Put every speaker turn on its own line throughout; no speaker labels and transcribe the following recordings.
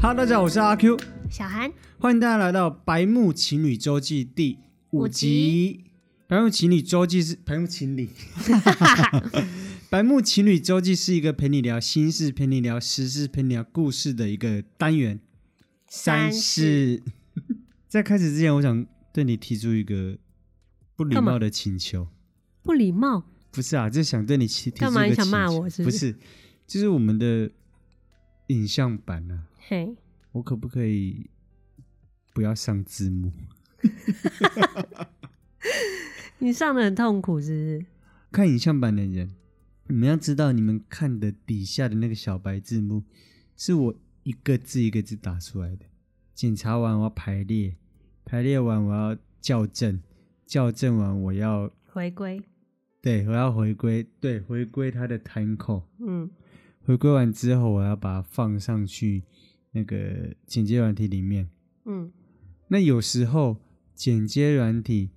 哈，大家好，我是阿 Q，
小韩，
欢迎大家来到《白木情侣周记》第五集。白木情侣周记是白木情 侣，白木情侣周记是一个陪你聊心事、陪你聊时事、陪你聊故事的一个单元。三是，在开始之前，我想对你提出一个不礼
干嘛
貌的请求。
不礼貌，
不是啊，就想对你提提出一
干嘛
个
你想
请
骂
求
我是
不
不
是？就是我们的影像版啊，
嘿，
我可不可以不要上字幕？
你上的很痛苦是不是？
看影像版的人，你们要知道，你们看的底下的那个小白字幕，是我一个字一个字打出来的。检查完我要排列，排列完我要校正，校正完我要
回归，
对，我要回归，对，回归它的 time code。
嗯，
回归完之后，我要把它放上去那个剪接软体里面。
嗯，
那有时候剪接软体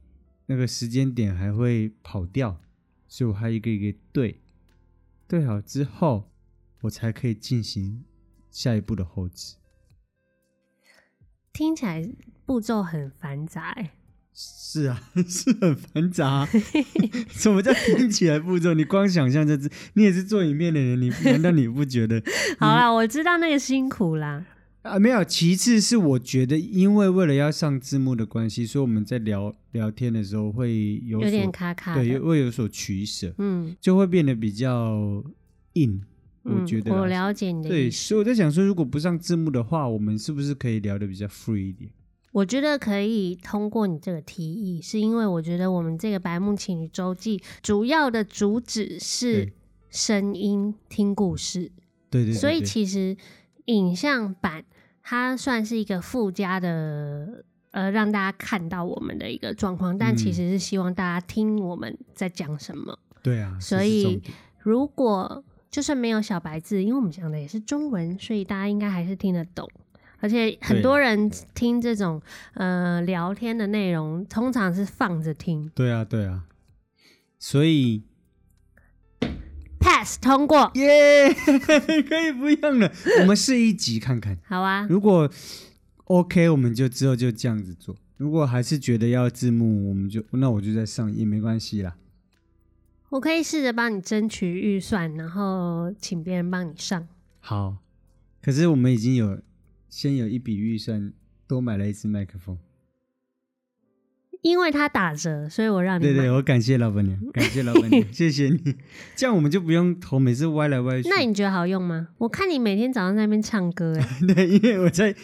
那个时间点还会跑掉，所以我还一个一个对，对好之后，我才可以进行下一步的后置。
听起来步骤很繁杂、欸，
是啊， 是很繁杂、啊 什么叫听起来步骤？你光想象这字，你也是做影片的人，你 难道你不觉得
好啦，我知道那个辛苦啦，
啊，没有。其次是我觉得，因为为了要上字幕的关系，所以我们在聊聊天的时候会有
有点
所
卡卡
对，
的，
会有所取舍，
嗯，
就会变得比较硬。我
嗯
觉得啦
我了解你的
对，
意思，
所以我在想说，如果不上字幕的话，我们是不是可以聊得比较 free 一点？
我觉得可以通过你这个提议，是因为我觉得我们这个《白木情侣周记》主要的主旨是
对
声音听故事，
对对对
所以
对
其实影像版它算是一个附加的，呃，让大家看到我们的一个状况，但其
嗯
实是希望大家听我们在讲什么。
对啊，
所
这是重
以
点
如果就算没有小白字，因为我们讲的也是中文，所以大家应该还是听得懂。而且很多人听这种呃聊天的内容，通常是放着听
对啊对啊，所以
，pass 通过，
耶 可以不用了。我们试一集看看。
好啊，
如果 OK，我们就之后就这样子做。如果还是觉得要字幕，我们就那我就再上也没关系啦。
我可以试着帮你争取预算，然后请别人帮你上。
好，可是我们已经有先有一笔预算，多买了一支麦克风。
因为它打折，所以我让你
对对，
买。
我感谢老板 娘，感谢老板娘，谢谢你。这样我们就不用头每次歪来歪去。
那你觉得好用吗？我看你每天早上在那边唱歌、哎，
对，因为我在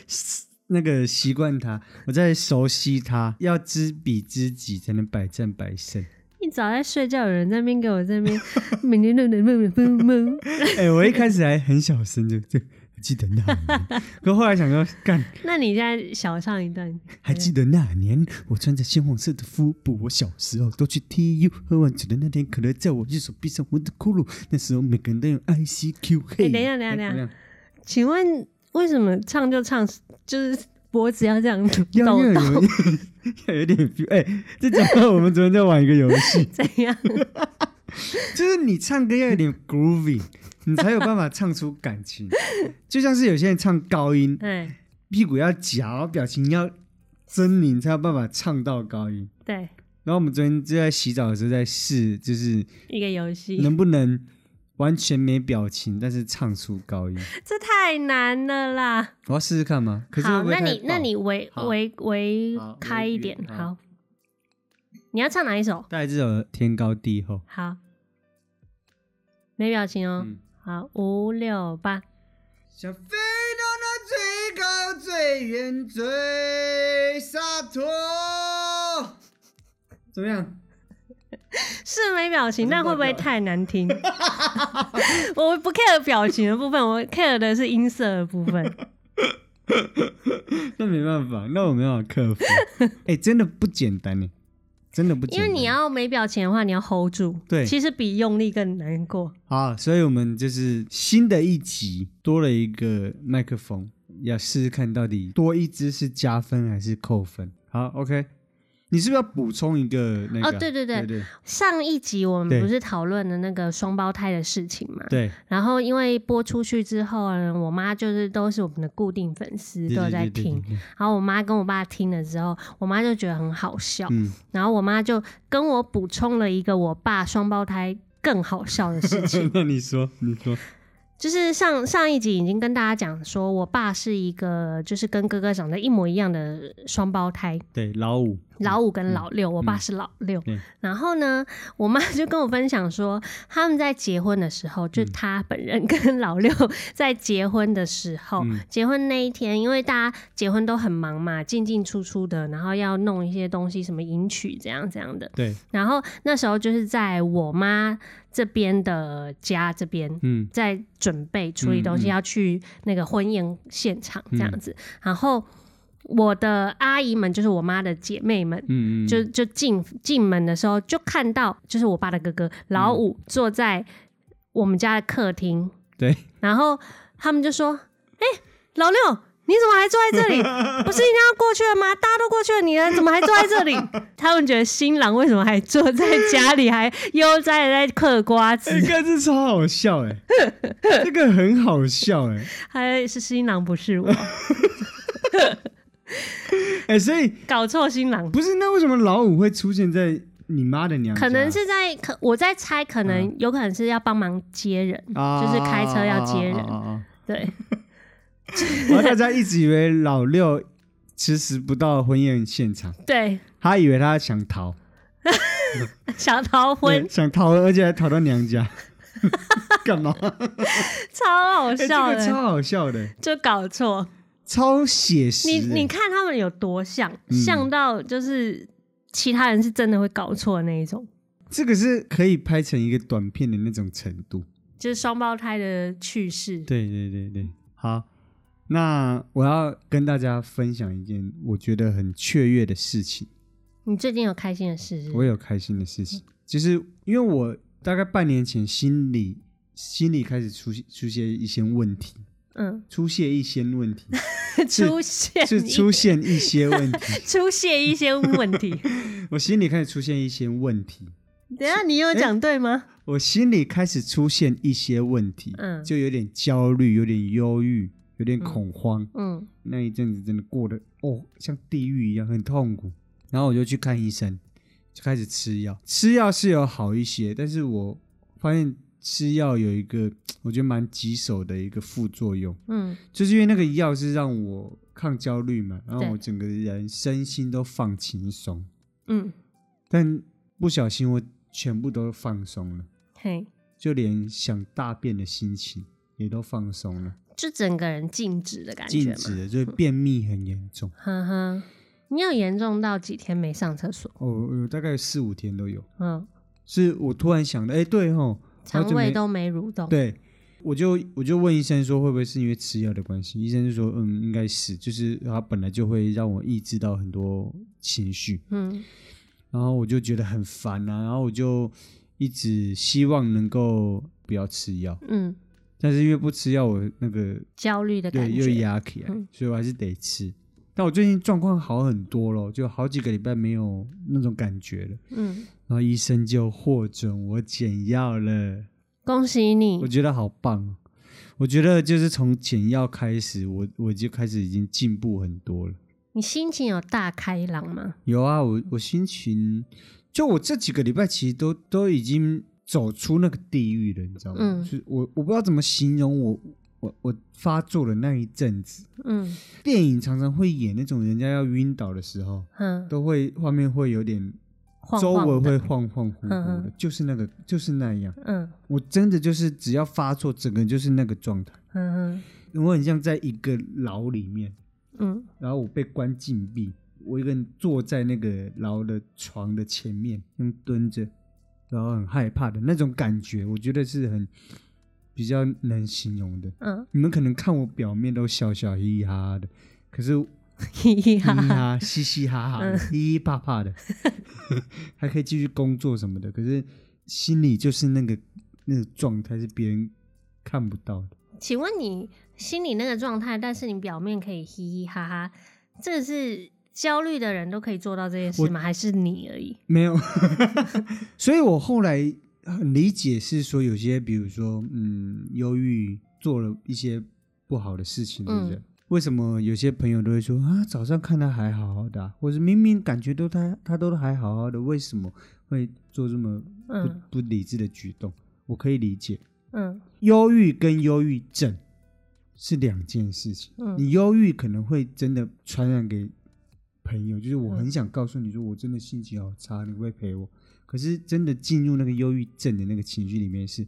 那个习惯它，我在熟悉它，要知彼知己才能百战百 胜。
一早在睡觉，有人在那边给我在 那边每天都能蹦蹦蹦蹦。
哎、我一开始还很小声，就就记得那年，可后来想说，干，
那你现在小唱一段，
还记得那年我穿着鲜黄色的服布，我小时候都去 TU 喝完酒的那天，可乐在我右手臂上纹着骷髅，那时候每个人都用 ICQ 嘿。
哎等一下等一下
哎
等一下
怎么样
请问为什么唱就唱，就是脖子要这样抖
要要有
抖
要有点 feel，哎、这讲到我们昨天在玩一个游戏，
怎样？
就是你唱歌要有点 groovy，你 才有办法唱出感情。就像是有些人唱高音，
哎，
屁股要夹，然后表情要狰狞，才有办法唱到高音。
对，
然后我们昨天就在洗澡的时候在试，就是
一个游戏，
能不能完全没表情，但是唱出高音。
这太难了啦。
我要试试看吗？可是会
好，
不会
那你
太爆
那你围
好
围围
好
开
围
一
一
点
点，好
好。你要唱哪一首？
带来这首《天高地厚》，
好，没表情哦。
嗯
好，五六八，
想飞到那最高、最远、最洒脱。怎么样？
是没表情，
我是
但会不会
爆表
太 难听？我不 care 表情的部分，我 care 的是音色的部 分。
那没办法，那我没办法克 服。哎、真的不简单呢，真的不简
因
单。
为你要没表情的话，你要 hold 住，
对
其实比用力更难过。
好，所以我们就是新的一集多了一个麦克风，要试试看到底多一支是加分还是扣分。好，OK，你是不是要补充一个那个啊？
哦对对对
对对
上一集我
对
们不是讨论了那个双胞胎的事情嘛？
对
然后因为播出去之后呢，我妈就是都是我们的固定粉丝，
对
都有在
对对
听。
对
然后我妈跟我爸听了之后，我妈就觉得很好笑，
嗯，
然后我妈就跟我补充了一个我爸双胞胎更好笑
，
的事情
那你说你说，
就是上上一集已经跟大家讲说，我爸是一个就是跟哥哥长得一模一样的双胞胎，
对老五
老五跟老六，我爸是老六。
嗯对
然后呢，我妈就跟我分享说，他们在结婚的时候，就他本人跟老六在结婚的时候，
嗯
结婚那一天，因为大家结婚都很忙嘛，进进出出的，然后要弄一些东西，什么迎娶这样这样的。
对，
然后那时候就是在我妈这边的家这边，
嗯
在准备处理东西，
嗯嗯嗯
要去那个婚宴现场这样子。然后我的阿姨们，就是我妈的姐妹们，
嗯嗯，
就就进进门的时候，就看到就是我爸的哥哥
嗯
老五坐在我们家的客厅，
对，
然后他们就说：“哎、老六。”你怎么还坐在这里？ 不是应该要过去了吗？大家都过去了，你呢？怎么还坐在这里？ 他们觉得新郎为什么还坐在家里，还悠哉的在嗑瓜 子
哎，？看这超好笑哎， 这个很好笑哎
还是新郎不 是我，
哎，所以
搞错新郎，
不是那为什么老五会出现在你妈的娘家？
可能是在可我在猜，可能、有可能是要帮忙接人，
啊
就是开车要接人，
啊啊啊啊 啊
对，
然后大家一直以为老六迟迟不到婚宴现场，
对，
他以为他想逃，
小逃婚
对想逃，而且还逃到娘 家，干嘛？
超好
哎，这
笑欸
个
的，
超好笑的，
就搞错。
超写实
你
的。
你看他们有多像，
嗯
像到就是其他人是真的会搞错的那一种，
这个是可以拍成一个短片的那种程度。
就是双胞胎的趣事。
对对对对，
嗯
好。那我要跟大家分享一件我觉得很雀跃的事情，
你最近有开心的事是不
我
是？
有开心的事情，就是因为我大概半年前心里心里开始出现出现一些问题，
嗯，
出现一些问 题，
出现
是
一
出现一些问题，
出现一些问题。
我心里开始出现一些问题，
等一下你有讲对吗？
我心里开始出现一些问题，
嗯
就有点焦虑，有点忧郁，有点恐慌。
嗯
那一阵子真的过得哦，像地狱一样，很痛苦。然后我就去看医生，就开始吃药。吃药是有好一些，但是我发现吃药有一个我觉得蛮棘手的一个副作用，
嗯
就是因为那个药是让我抗焦虑嘛，然后
对
我整个人身心都放轻松，
嗯，
但不小心我全部都放松了，
嘿，
就连想大便的心情也都放松了，
就整个人静止的感觉
禁
嘛。
止了，就是便秘很严重。
呵呵，你有严重到几天没上厕所？
哦，有大概有四五天都有。
嗯，
是我突然想的，哎，对吼，
肠
好久没
胃都没蠕动。
对，我就我就问医生说会不会是因为吃药的关系？医生就说，嗯，应该是，就是他本来就会让我抑制到很多情绪，
嗯
然后我就觉得很烦啊，然后我就一直希望能够不要吃药，
嗯，
但是因为不吃药，我那个
焦虑的
对
感
又
觉。
压起来，
嗯
所以我还是得吃。但我最近状况好很多了，就好几个礼拜没有那种感觉了。
嗯，
然后医生就获准我减药了，
恭
我
喜你。
觉得好棒哦。我觉得就是从减药开始，我我就开始已经进步很多了。
你心情有大开朗吗？
有啊，我我心情就我这几个礼拜其实都都已经走出那个地狱了，你知道吗？
嗯
就是我我不知道怎么形容我我我发作的那一阵子，
嗯
电影常常会演那种人家要晕倒的时候，
嗯，
都会画面会有点
晃
周围
晃的
会晃晃乎乎的，
嗯嗯
就是那个就是那样。
嗯
我真的就是只要发作，整个人就是那个状态，
嗯
我很像在一个牢里面，
嗯嗯
然后我被关禁闭，我一个人坐在那个牢的床的前面，用蹲着，然后很害怕的那种感觉，我觉得是很比较难形容的。
嗯，
你们可能看我表面都笑笑嘻嘻哈哈的，可是
嘻嘻
嘻
哈哈。
哈嘻嘻哈哈的、嘻嘻怕怕的，还可以继续工作什么的。可是心里就是那个那个状态是别人看不到的。
请问你心里那个状态，但是你表面可以嘻嘻哈哈，这是焦虑的人都可以做到这件事吗？还是你而已？
没有， 所以我后来很理解是说，有些比如说，嗯，忧郁做了一些不好的事情的人，
嗯
为什么有些朋友都会说啊，早上看他还好好的啊、或者明明感觉都他他都还好好的，为什么会做这么不、
嗯
不理智的举动？我可以理解，
嗯
忧郁跟忧郁症是两件事情。
嗯
你忧郁可能会真的传染给朋友，就是
嗯
我很想告诉你说，我真的心情好差，你会不会陪我。可是真的进入那个忧郁症的那个情绪里面是，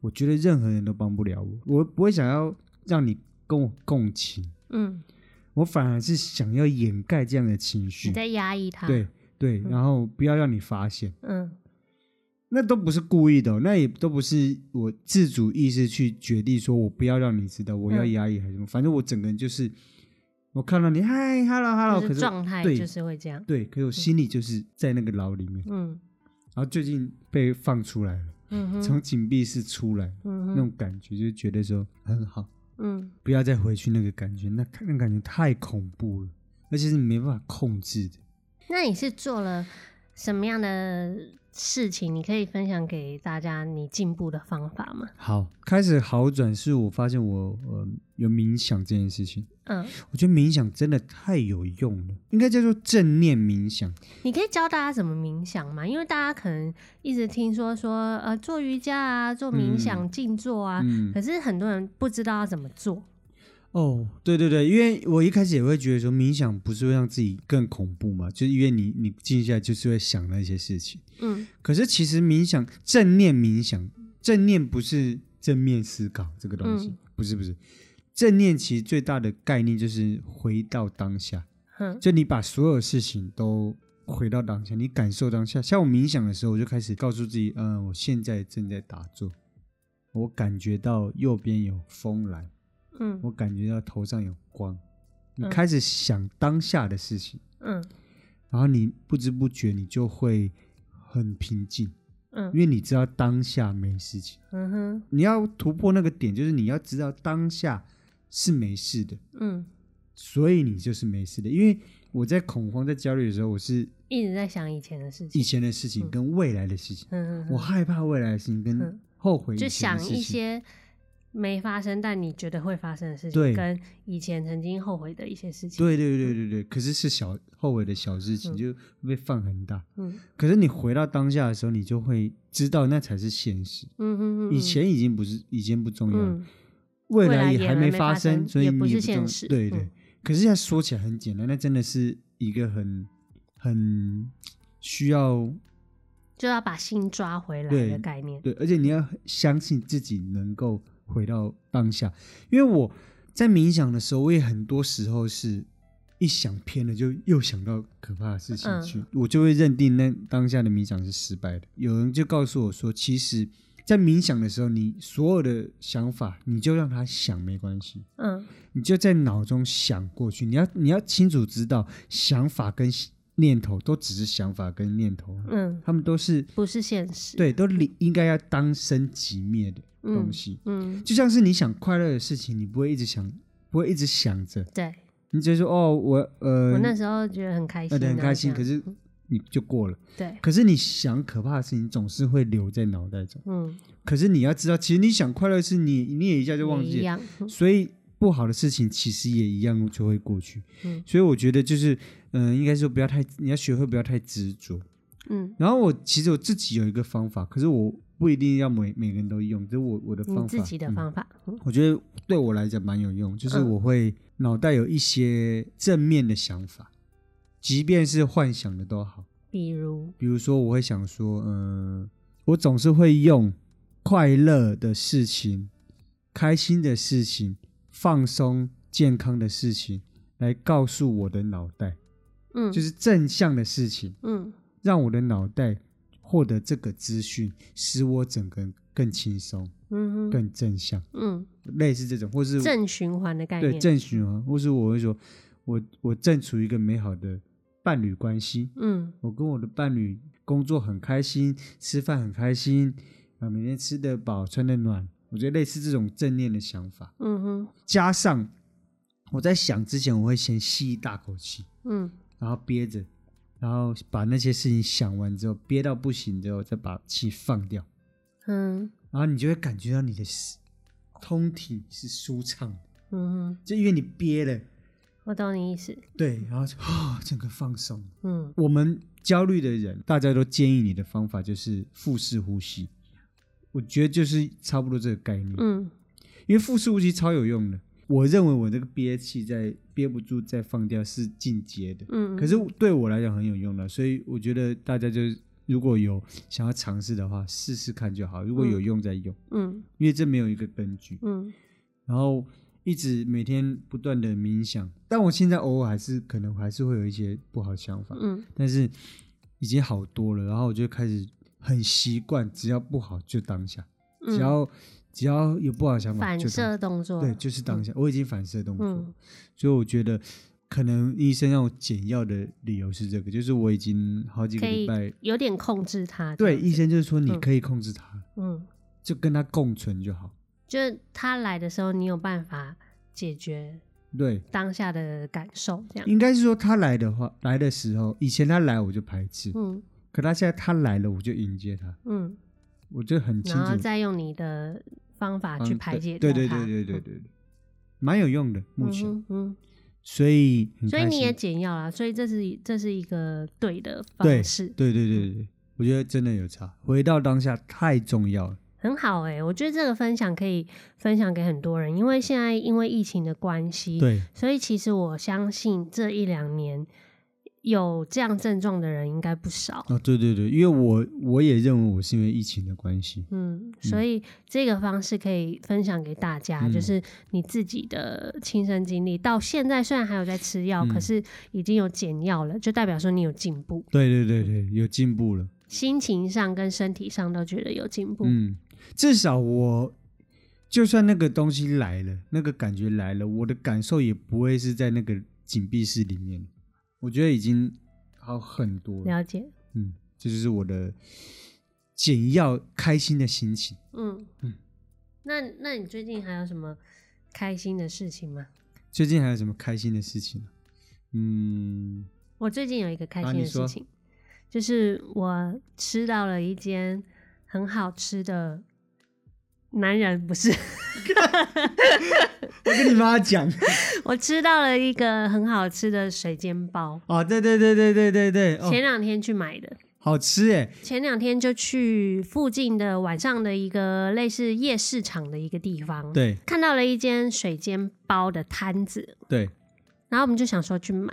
我觉得任何人都帮不了我，我不会想要让你跟我共情，
嗯，
我反而是想要掩盖这样的情绪
你，在压抑他。
对，对，然后不要让你发现。
嗯
那都不是故意的哦、那也都不是我自主意识去决定，说我不要让你知道，我要
嗯
压抑还是什么。反正我整个人就是，我看到你嗨，hello hello，可
就是
是
状态
对
就是嗯会这样。
对，可是我心里就是在那个牢里面。
嗯
然后最近被放出来了，
嗯哼
从紧闭室出来，那
嗯哼
种感觉就觉得说很好，
嗯
不要再回去那个感觉，那那感觉太恐怖了，而且是你没办法控制的。
那你是做了什么样的事情？你可以分享给大家你进步的方法吗？
好，开始好转是我发现我呃有冥想这件事情。
嗯，
我觉得冥想真的太有用了，应该叫做正念冥想。
你可以教大家怎么冥想吗？因为大家可能一直听说说呃做瑜伽啊、做冥想、静坐啊，
嗯，
可是很多人不知道要怎么做。
哦，对对对，因为我一开始也会觉得说冥想不是会让自己更恐怖嘛，就是因为你你静下来就是会想那些事情。
嗯
可是其实冥想正念冥想，正念不是正面思考这个东西，
嗯
不是不是。正念其实最大的概念就是回到当下，
哼
就你把所有事情都回到当下，你感受当下。像我冥想的时候，我就开始告诉自己，嗯，我现在正在打坐，我感觉到右边有风来，
嗯
我感觉到头上有光。你
嗯
开始想当下的事情，
嗯
然后你不知不觉你就会很平静，因
嗯
为你知道当下没事情。
嗯哼
你要突破那个点，就是你要知道当下是没事的，
嗯，
所以你就是没事的。因为我在恐慌、在焦虑的时候，我是
一直在想以前的事
以
情。
前的事情跟未来的事情，
嗯，
我
哼
害怕未来的事情跟
嗯
后悔以
就
前
想
的事情
一些没发生但你觉得会发生的事
对
情，跟以前曾经后悔的一些事情。
对对对对对，可是是小后悔的小事情，就会被放很大。
嗯
可是你回到当下的时候，你就会知道那才是现实。
嗯嗯嗯，
以前已经不是，已经不重要了，
嗯
未
未来
来
也
还
还没
发
发生
所以
也
你
不是
重
现实
对对
嗯，
可是现在说起来很简单，那真的是一个很很需要
就要把心抓回来
对
的概念。
对，而且你要相信自己能够回到当下。因为我在冥想的时候，我也很多时候是一想偏了，就又想到可怕的事情
嗯
去，我就会认定那当下的冥想是失败的。有人就告诉我说，其实，在冥想的时候，你所有的想法，你就让它想没关系，
嗯
你就在脑中想过去。你要你要清楚知道，想法跟念头都只是想法跟念头，啊
嗯，
他们都是
不是现实。
对，都理应该要当生即灭的东
嗯
西。
嗯，
就像是你想快乐的事情，你不会一直想，不会一直想着，
对
你只是说哦，我呃，
我那时候觉得很开
呃
心，
对很
然后
开心，
这
可
样嗯
是你就过了。
对，
可是你想可怕的事情，总是会留在脑袋中。
嗯，
可是你要知道，其实你想快乐的事，你你也一下就忘
也一
记了，
样。嗯
所以。不好的事情其实也一样就会过去，
嗯
所以我觉得就是，嗯、应该说不要太，你要学会不要太执着，
嗯，
然后我其实我自己有一个方法，可是我不一定要每每个人都用，这是我我的方法。
你自己的
嗯
方法。嗯
我觉得对我来讲蛮有用，就是
嗯
我会脑袋有一些正面的想法，即便是幻想的都好。
比如，
比如说，我会想说，嗯、我总是会用快乐的事情、开心的事情、放松、健康的事情来告诉我的脑袋，
嗯，
就是正向的事情。
嗯
让我的脑袋获得这个资讯，使我整个人更轻松、
嗯哼
更正向，
嗯，
类似这种，或是
正循环的概
对
念。
正循环，或是我会说，我我正处于一个美好的伴侣关系，
嗯
我跟我的伴侣工作很开心，吃饭很开心，啊，每天吃得饱、穿得暖，我觉得类似这种正念的想法，
嗯哼
加上我在想之前，我会先吸一大口气，
嗯
然后憋着，然后把那些事情想完之后，憋到不行之后，再把气放掉，
嗯
然后你就会感觉到你的通体是舒畅的，
嗯，
就因为你憋了，
我懂你意思，
对，然后就啊、整个放松。
嗯，
我们焦虑的人，大家都建议你的方法就是腹式呼吸，我觉得就是差不多这个概念。
嗯
因为腹式呼吸超有用的。我认为我这个憋气在憋不住再放掉是进阶的，
嗯，
可是对我来讲很有用的，所以我觉得大家就是如果有想要尝试的话，试试看就好。如果有用再用，
嗯
因为这没有一个根据。
嗯
然后一直每天不断的冥想，但我现在偶尔还是可能还是会有一些不好的想法，
嗯
但是已经好多了。然后我就开始很习惯，只要不好就当下，
嗯，
只要、只要有不好的想法
反
就当下
射动作，
对，就是当下，我已经反射动作，
嗯
所以我觉得可能医生让我减药的理由是这个，就是我已经好几个
可
礼
以
拜，
有点控制它，
对，医，生就是说你
嗯
可以控制它，
嗯，
就跟它共存就好。
就是它来的时候，你有办法解决
对，
当下的感受，这样，
应该是说他来的话，来的时候，以前他来我就排斥，
嗯
可他现在他来了我就迎接他，
嗯，
我就很清
然后
楚
再用你的方法
嗯
去排解
对对
掉
对
它
对对对，对，蛮有用的，目前，
嗯哼
所以很
嗯，所以
开
你也
心
减药啦，所以这是这是一个对的
对
方式，
对对对对，我觉得真的有差，回到当下太重要了。
很好哎、我觉得这个分享可以分享给很多人，因为现在因为疫情的关系，
对，
所以其实我相信这一两年有这样症状的人应该不少。
啊，对对对，因为我我也认为我是因为疫情的关系，
嗯，所以这个方式可以分享给大家，
嗯
就是你自己的亲身经历。到现在虽然还有在吃药，
嗯
可是已经有减药了，就代表说你有进步，
对对对对，有进步了，
心情上跟身体上都觉得有进步。
嗯，至少我就算那个东西来了，那个感觉来了，我的感受也不会是在那个紧闭室里面，我觉得已经好很多了，
了解，
嗯，这就是我的简要开心的心情。
嗯
嗯
那那你最近还有什么开心的事情吗？
最近还有什么开心的事情呢？嗯，
我最近有一个开心
啊
的
你说
事情，就是我吃到了一间很好吃的。男人不是，
我跟你妈讲
我吃到了一个很好吃的水煎包，
哦，对对对对对对对，哦
前，两天去买的，
好吃哎，
前两天就去附近的晚上的一个类似夜市场的一个地方，
对
看到了一间水煎包的摊子，
对，
然后我们就想说去买，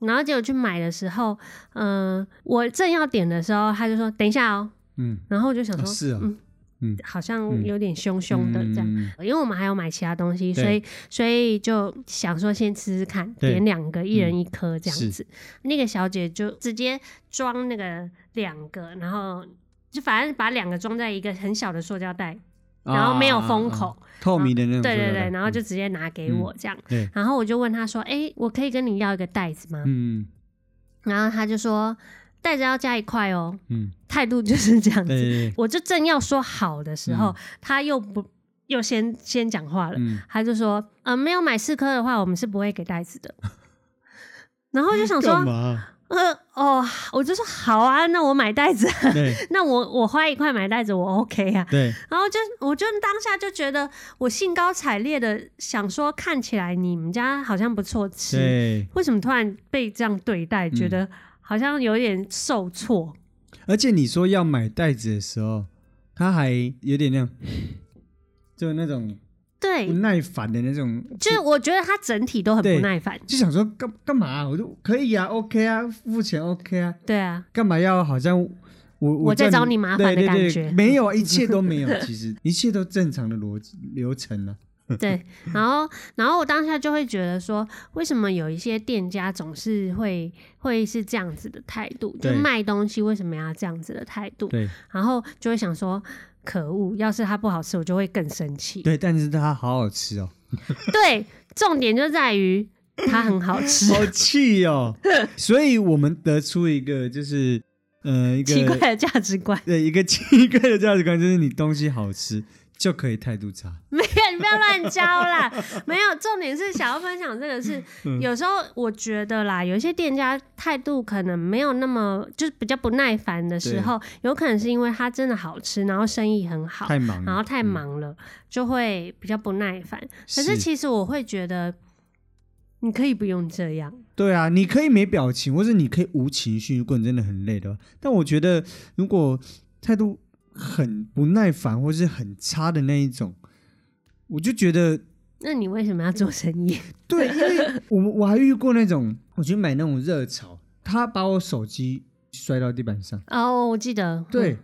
然后结果去买的时候，嗯、我正要点的时候，他就说等一下哦，
嗯。
然后我就想
啊
说，
是啊
嗯
嗯
好像有点凶凶的这样。
嗯
因为我们还有买其他东西，
对
所以所以就想说先吃吃看，
对嗯
点两个，一人一颗这
是
样子。那个小姐就直接装那个两个，然后就反正把两个装在一个很小的塑胶袋，然后没有封口，
啊啊啊透明的那种塑
对
料袋。
对对，然后
嗯
就直接拿给我这样。
对，
然后我就问她说：“哎、我可以跟你要一个袋子吗？”
嗯
然后她就说：“袋子要加一块哦。
嗯，”
态度就是这样
对嗯
子。
对对，
我就正要说好的时候，她又不又先先讲话了。
嗯，
他就说，呃，没有买四颗的话，我们是不会给袋子 的。然后我就想
干
说，
嘛？
呃，哦，我就说好啊，那我买袋子，
对
那我我花一块买袋子，我 OK 啊。
对，
然后就我就当下就觉得我兴高采烈的想说，看起来你们家好像不错吃，
对，嗯
为什么突然被这样对待，觉得好像有点受挫？
而且你说要买袋子的时候，他还有点那种，就那种
对
不，耐烦的那种，
就是我觉得他整体都很
嗯对
不耐烦。
就想说干干嘛啊？我就可以啊，OK 啊，付钱 OK 啊，
对啊，
干嘛要好像我
我在
叫
找你麻
对
烦的
对
感
对
觉
没有，一切都没有，其实一切都正常的逻辑流程啊。
对，然后然后我当下就会觉得说，为什么有一些店家总是会会是这样子的态度？就
对
卖东西为什么要这样子的态度？
对
然后就会想说，可恶，要是它不好吃，我就会更生气。
对，但是它好好吃 哦。
对，重点就在于它很好吃。
好气哦！所以我们得出一个就是呃一个
奇怪的价值观，
对一个奇怪的价值观，就是你东西好吃就可以态度差。
没有你不要乱教啦。没有，重点是想要分享这个是，
嗯
有时候我觉得啦，有一些店家态度可能没有那么，就是比较不耐烦的时候，有可能是因为它真的好吃，然后生意很好，
太忙了，嗯
然后太忙了，就会比较不耐烦。可
是
是其实我会觉得，你可以不用这样。
对啊，你可以没表情，或者你可以无情绪，如果你真的很累的话。但我觉得，如果态度很不耐烦或是很差的那一种，我就觉得
那你为什么要做生意？
对，因为我们我还遇过那种，我去买那种热炒，他把我手机摔到地板上，
哦，我记得，
对，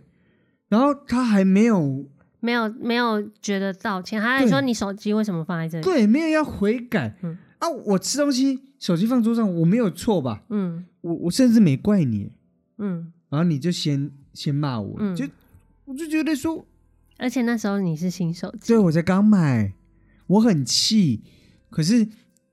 然后他还没有
没有没有觉得道歉，他还说
对
你手机为什么放在这里？
对，没有要悔改、
嗯
啊！我吃东西手机放桌上，我没有错吧？
嗯
我我甚至没怪你，
嗯，
然后你就先先骂我，
嗯
就我就觉得说，
而且那时候你是新手机，
对我才刚买，我很气，可是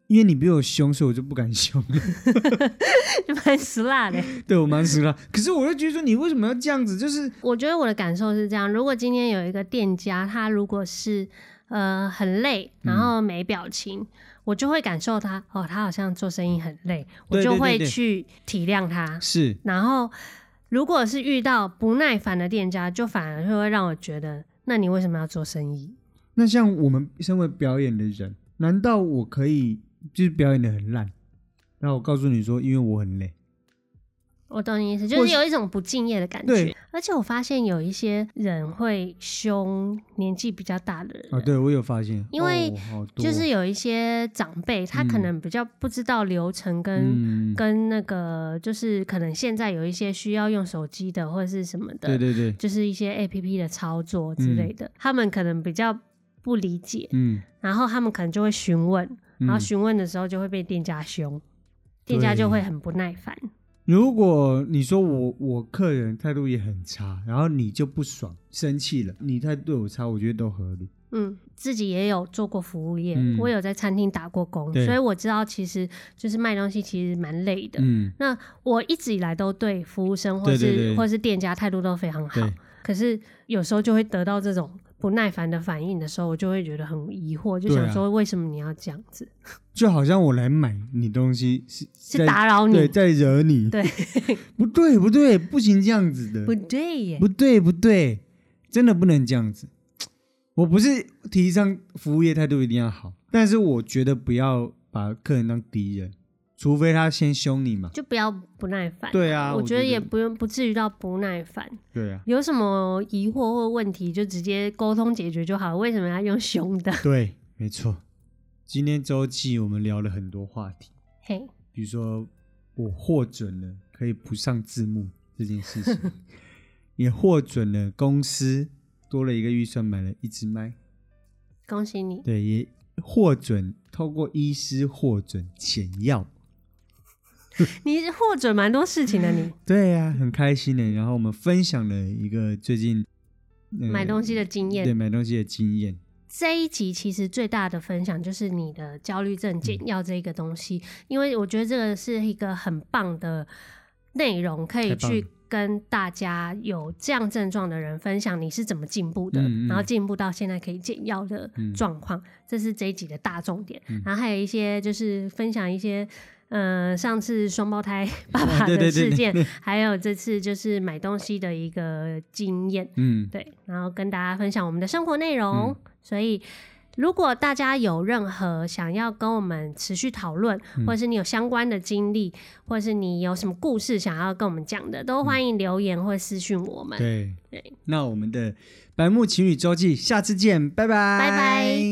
因为你比我凶，所以我就不敢凶。
蛮死辣的。
对我蛮实了，可是我就觉得说，你为什么要这样子？就是
我觉得我的感受是这样：如果今天有一个店家，他如果是呃很累，然
嗯
后没表情，我就会感受他哦，他好像做生意很累，我
对对
就
对
会
对
去体谅他。
是
然后如果是遇到不耐烦的店家，就反而会让我觉得，那你为什么要做生意？
那像我们身为表演的人，难道我可以就是表演的很烂？然后我告诉你说，因为我很累，
我懂你意思，就
或
是
是
有一种不敬业的感觉
对。
而且我发现有一些人会凶年纪比较大的人，
啊，对我有发现，
因为
哦好多
就是有一些长辈，他可能比较不知道流程跟、
嗯，
跟那个，就是可能现在有一些需要用手机的或者是什么的，
对对对，
就是一些 A P P 的操作之
嗯
类的，他们可能比较不理解，
嗯，
然后他们可能就会询问，然后
嗯
询问的时候就会被店家凶，店家
对
就会很不耐烦。
如果你说我我客人态度也很差，然后你就不爽生气了，你态度对我差，我觉得都合理。
嗯，自己也有做过服务业，
嗯
我有在餐厅打过工，
对
所以我知道其实就是卖东西其实蛮累的。
嗯，
那我一直以来都对服务生或
对
是
对对
或是店家态度都非常好，
对，
可是有时候就会得到这种不耐烦的反应的时候，我就会觉得很疑惑，就
对啊
想说为什么你要这样子？
就好像我来买你东西是
是
在
打扰你？
对，在惹你，
对，
不对不对，不行这样子的，
不对耶，
不对不对，真的不能这样子。我不是提倡服务业态度一定要好，但是我觉得不要把客人当敌人，除非他先凶你嘛。
就不要不耐烦。
对啊，
我
我
觉得也不用不至于到不耐烦，
对啊，
有什么疑惑或问题就直接沟通解决就好，为什么要用凶的？
对，没错。今天周记我们聊了很多话题，
嘿，
比如说我获准了可以不上字幕这件事情，也获准了公司多了一个预算买了一支麦，
恭喜你。
对，也获准透过医师获准减药。
你获准蛮多事情的你，
对呀、很开心的。然后我们分享了一个最近、呃
买东西的经
对
验。
买东西的经验，
这一集其实最大的分享就是你的焦虑症减
嗯
药这个东西，因为我觉得这个是一个很棒的内容，可以
太棒了
去跟大家有这样症状的人分享你是怎么进步的，
嗯嗯嗯
然后进步到现在可以减药的状况，这是这一集的大重点。然后还有一些就是分享一些。呃，上次双胞胎 爸爸
哦对
的
对对
事
对
件，还有这次就是买东西的一个经验，
嗯，
对，然后跟大家分享我们的生活内容。所以，如果大家有任何想要跟我们持续讨论，或者是你有相关的经历，或者是你有什么故事想要跟我们讲的，都欢迎留言或私讯我们。
对
对。
那我们的白木情侣周记，下次见，拜拜，
拜拜